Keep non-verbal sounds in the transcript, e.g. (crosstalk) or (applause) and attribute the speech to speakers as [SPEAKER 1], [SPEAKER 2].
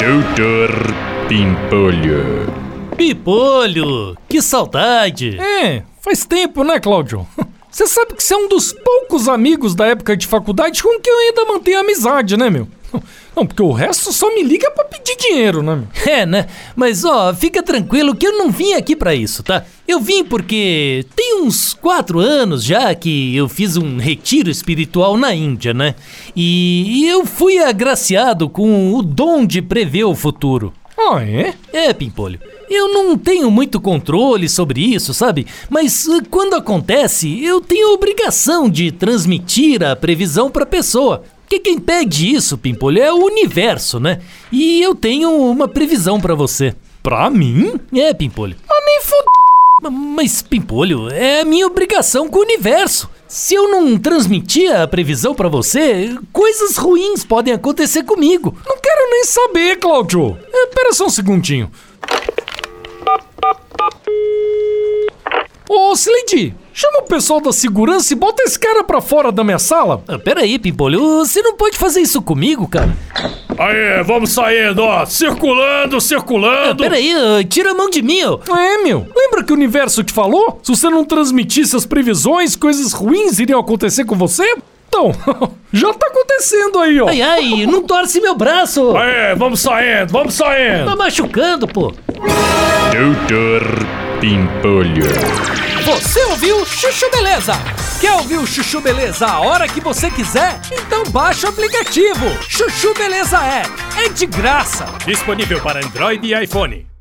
[SPEAKER 1] Doutor Pimpolho.
[SPEAKER 2] Pipolho, que saudade!
[SPEAKER 3] É, faz tempo, né, Cláudio? (laughs) Você sabe que você é um dos poucos amigos da época de faculdade com quem eu ainda mantenho amizade, né, meu? (laughs) Não, porque o resto só me liga pra pedir dinheiro, né, meu?
[SPEAKER 2] É, né? Mas ó, fica tranquilo que eu não vim aqui pra isso, tá? Eu vim porque tem uns quatro anos já que eu fiz um retiro espiritual na Índia, né? E, e eu fui agraciado com o dom de prever o futuro.
[SPEAKER 3] Ah, é?
[SPEAKER 2] É, Pimpolho. Eu não tenho muito controle sobre isso, sabe? Mas eh, quando acontece, eu tenho a obrigação de transmitir a previsão pra pessoa. Que quem pede isso, Pimpolho, é o universo, né? E eu tenho uma previsão pra você.
[SPEAKER 3] Pra mim?
[SPEAKER 2] É, Pimpolho. Ah, nem fod... Mas, Pimpolho, é a minha obrigação com o universo. Se eu não transmitir a previsão pra você, coisas ruins podem acontecer comigo.
[SPEAKER 3] Não quero nem saber, Cláudio. É, pera só um segundinho. Ô, Slade, chama o pessoal da segurança e bota esse cara pra fora da minha sala.
[SPEAKER 2] Ah, peraí, Pimpolho, você não pode fazer isso comigo, cara.
[SPEAKER 1] Aê, vamos saindo, ó. Circulando, circulando.
[SPEAKER 2] Peraí, ah, tira a mão de mim, ó.
[SPEAKER 3] É, meu. Lembra que o universo te falou? Se você não transmitisse as previsões, coisas ruins iriam acontecer com você? Então, (laughs) já tá acontecendo aí, ó.
[SPEAKER 2] Ai, ai, não torce meu braço.
[SPEAKER 1] Aê, vamos saindo, vamos saindo.
[SPEAKER 2] Tá machucando, pô.
[SPEAKER 1] Doutor Pimpolho.
[SPEAKER 4] Você ouviu Chuchu Beleza? Quer ouvir o Chuchu Beleza a hora que você quiser? Então baixa o aplicativo Chuchu Beleza App. É de graça.
[SPEAKER 1] Disponível para Android e iPhone.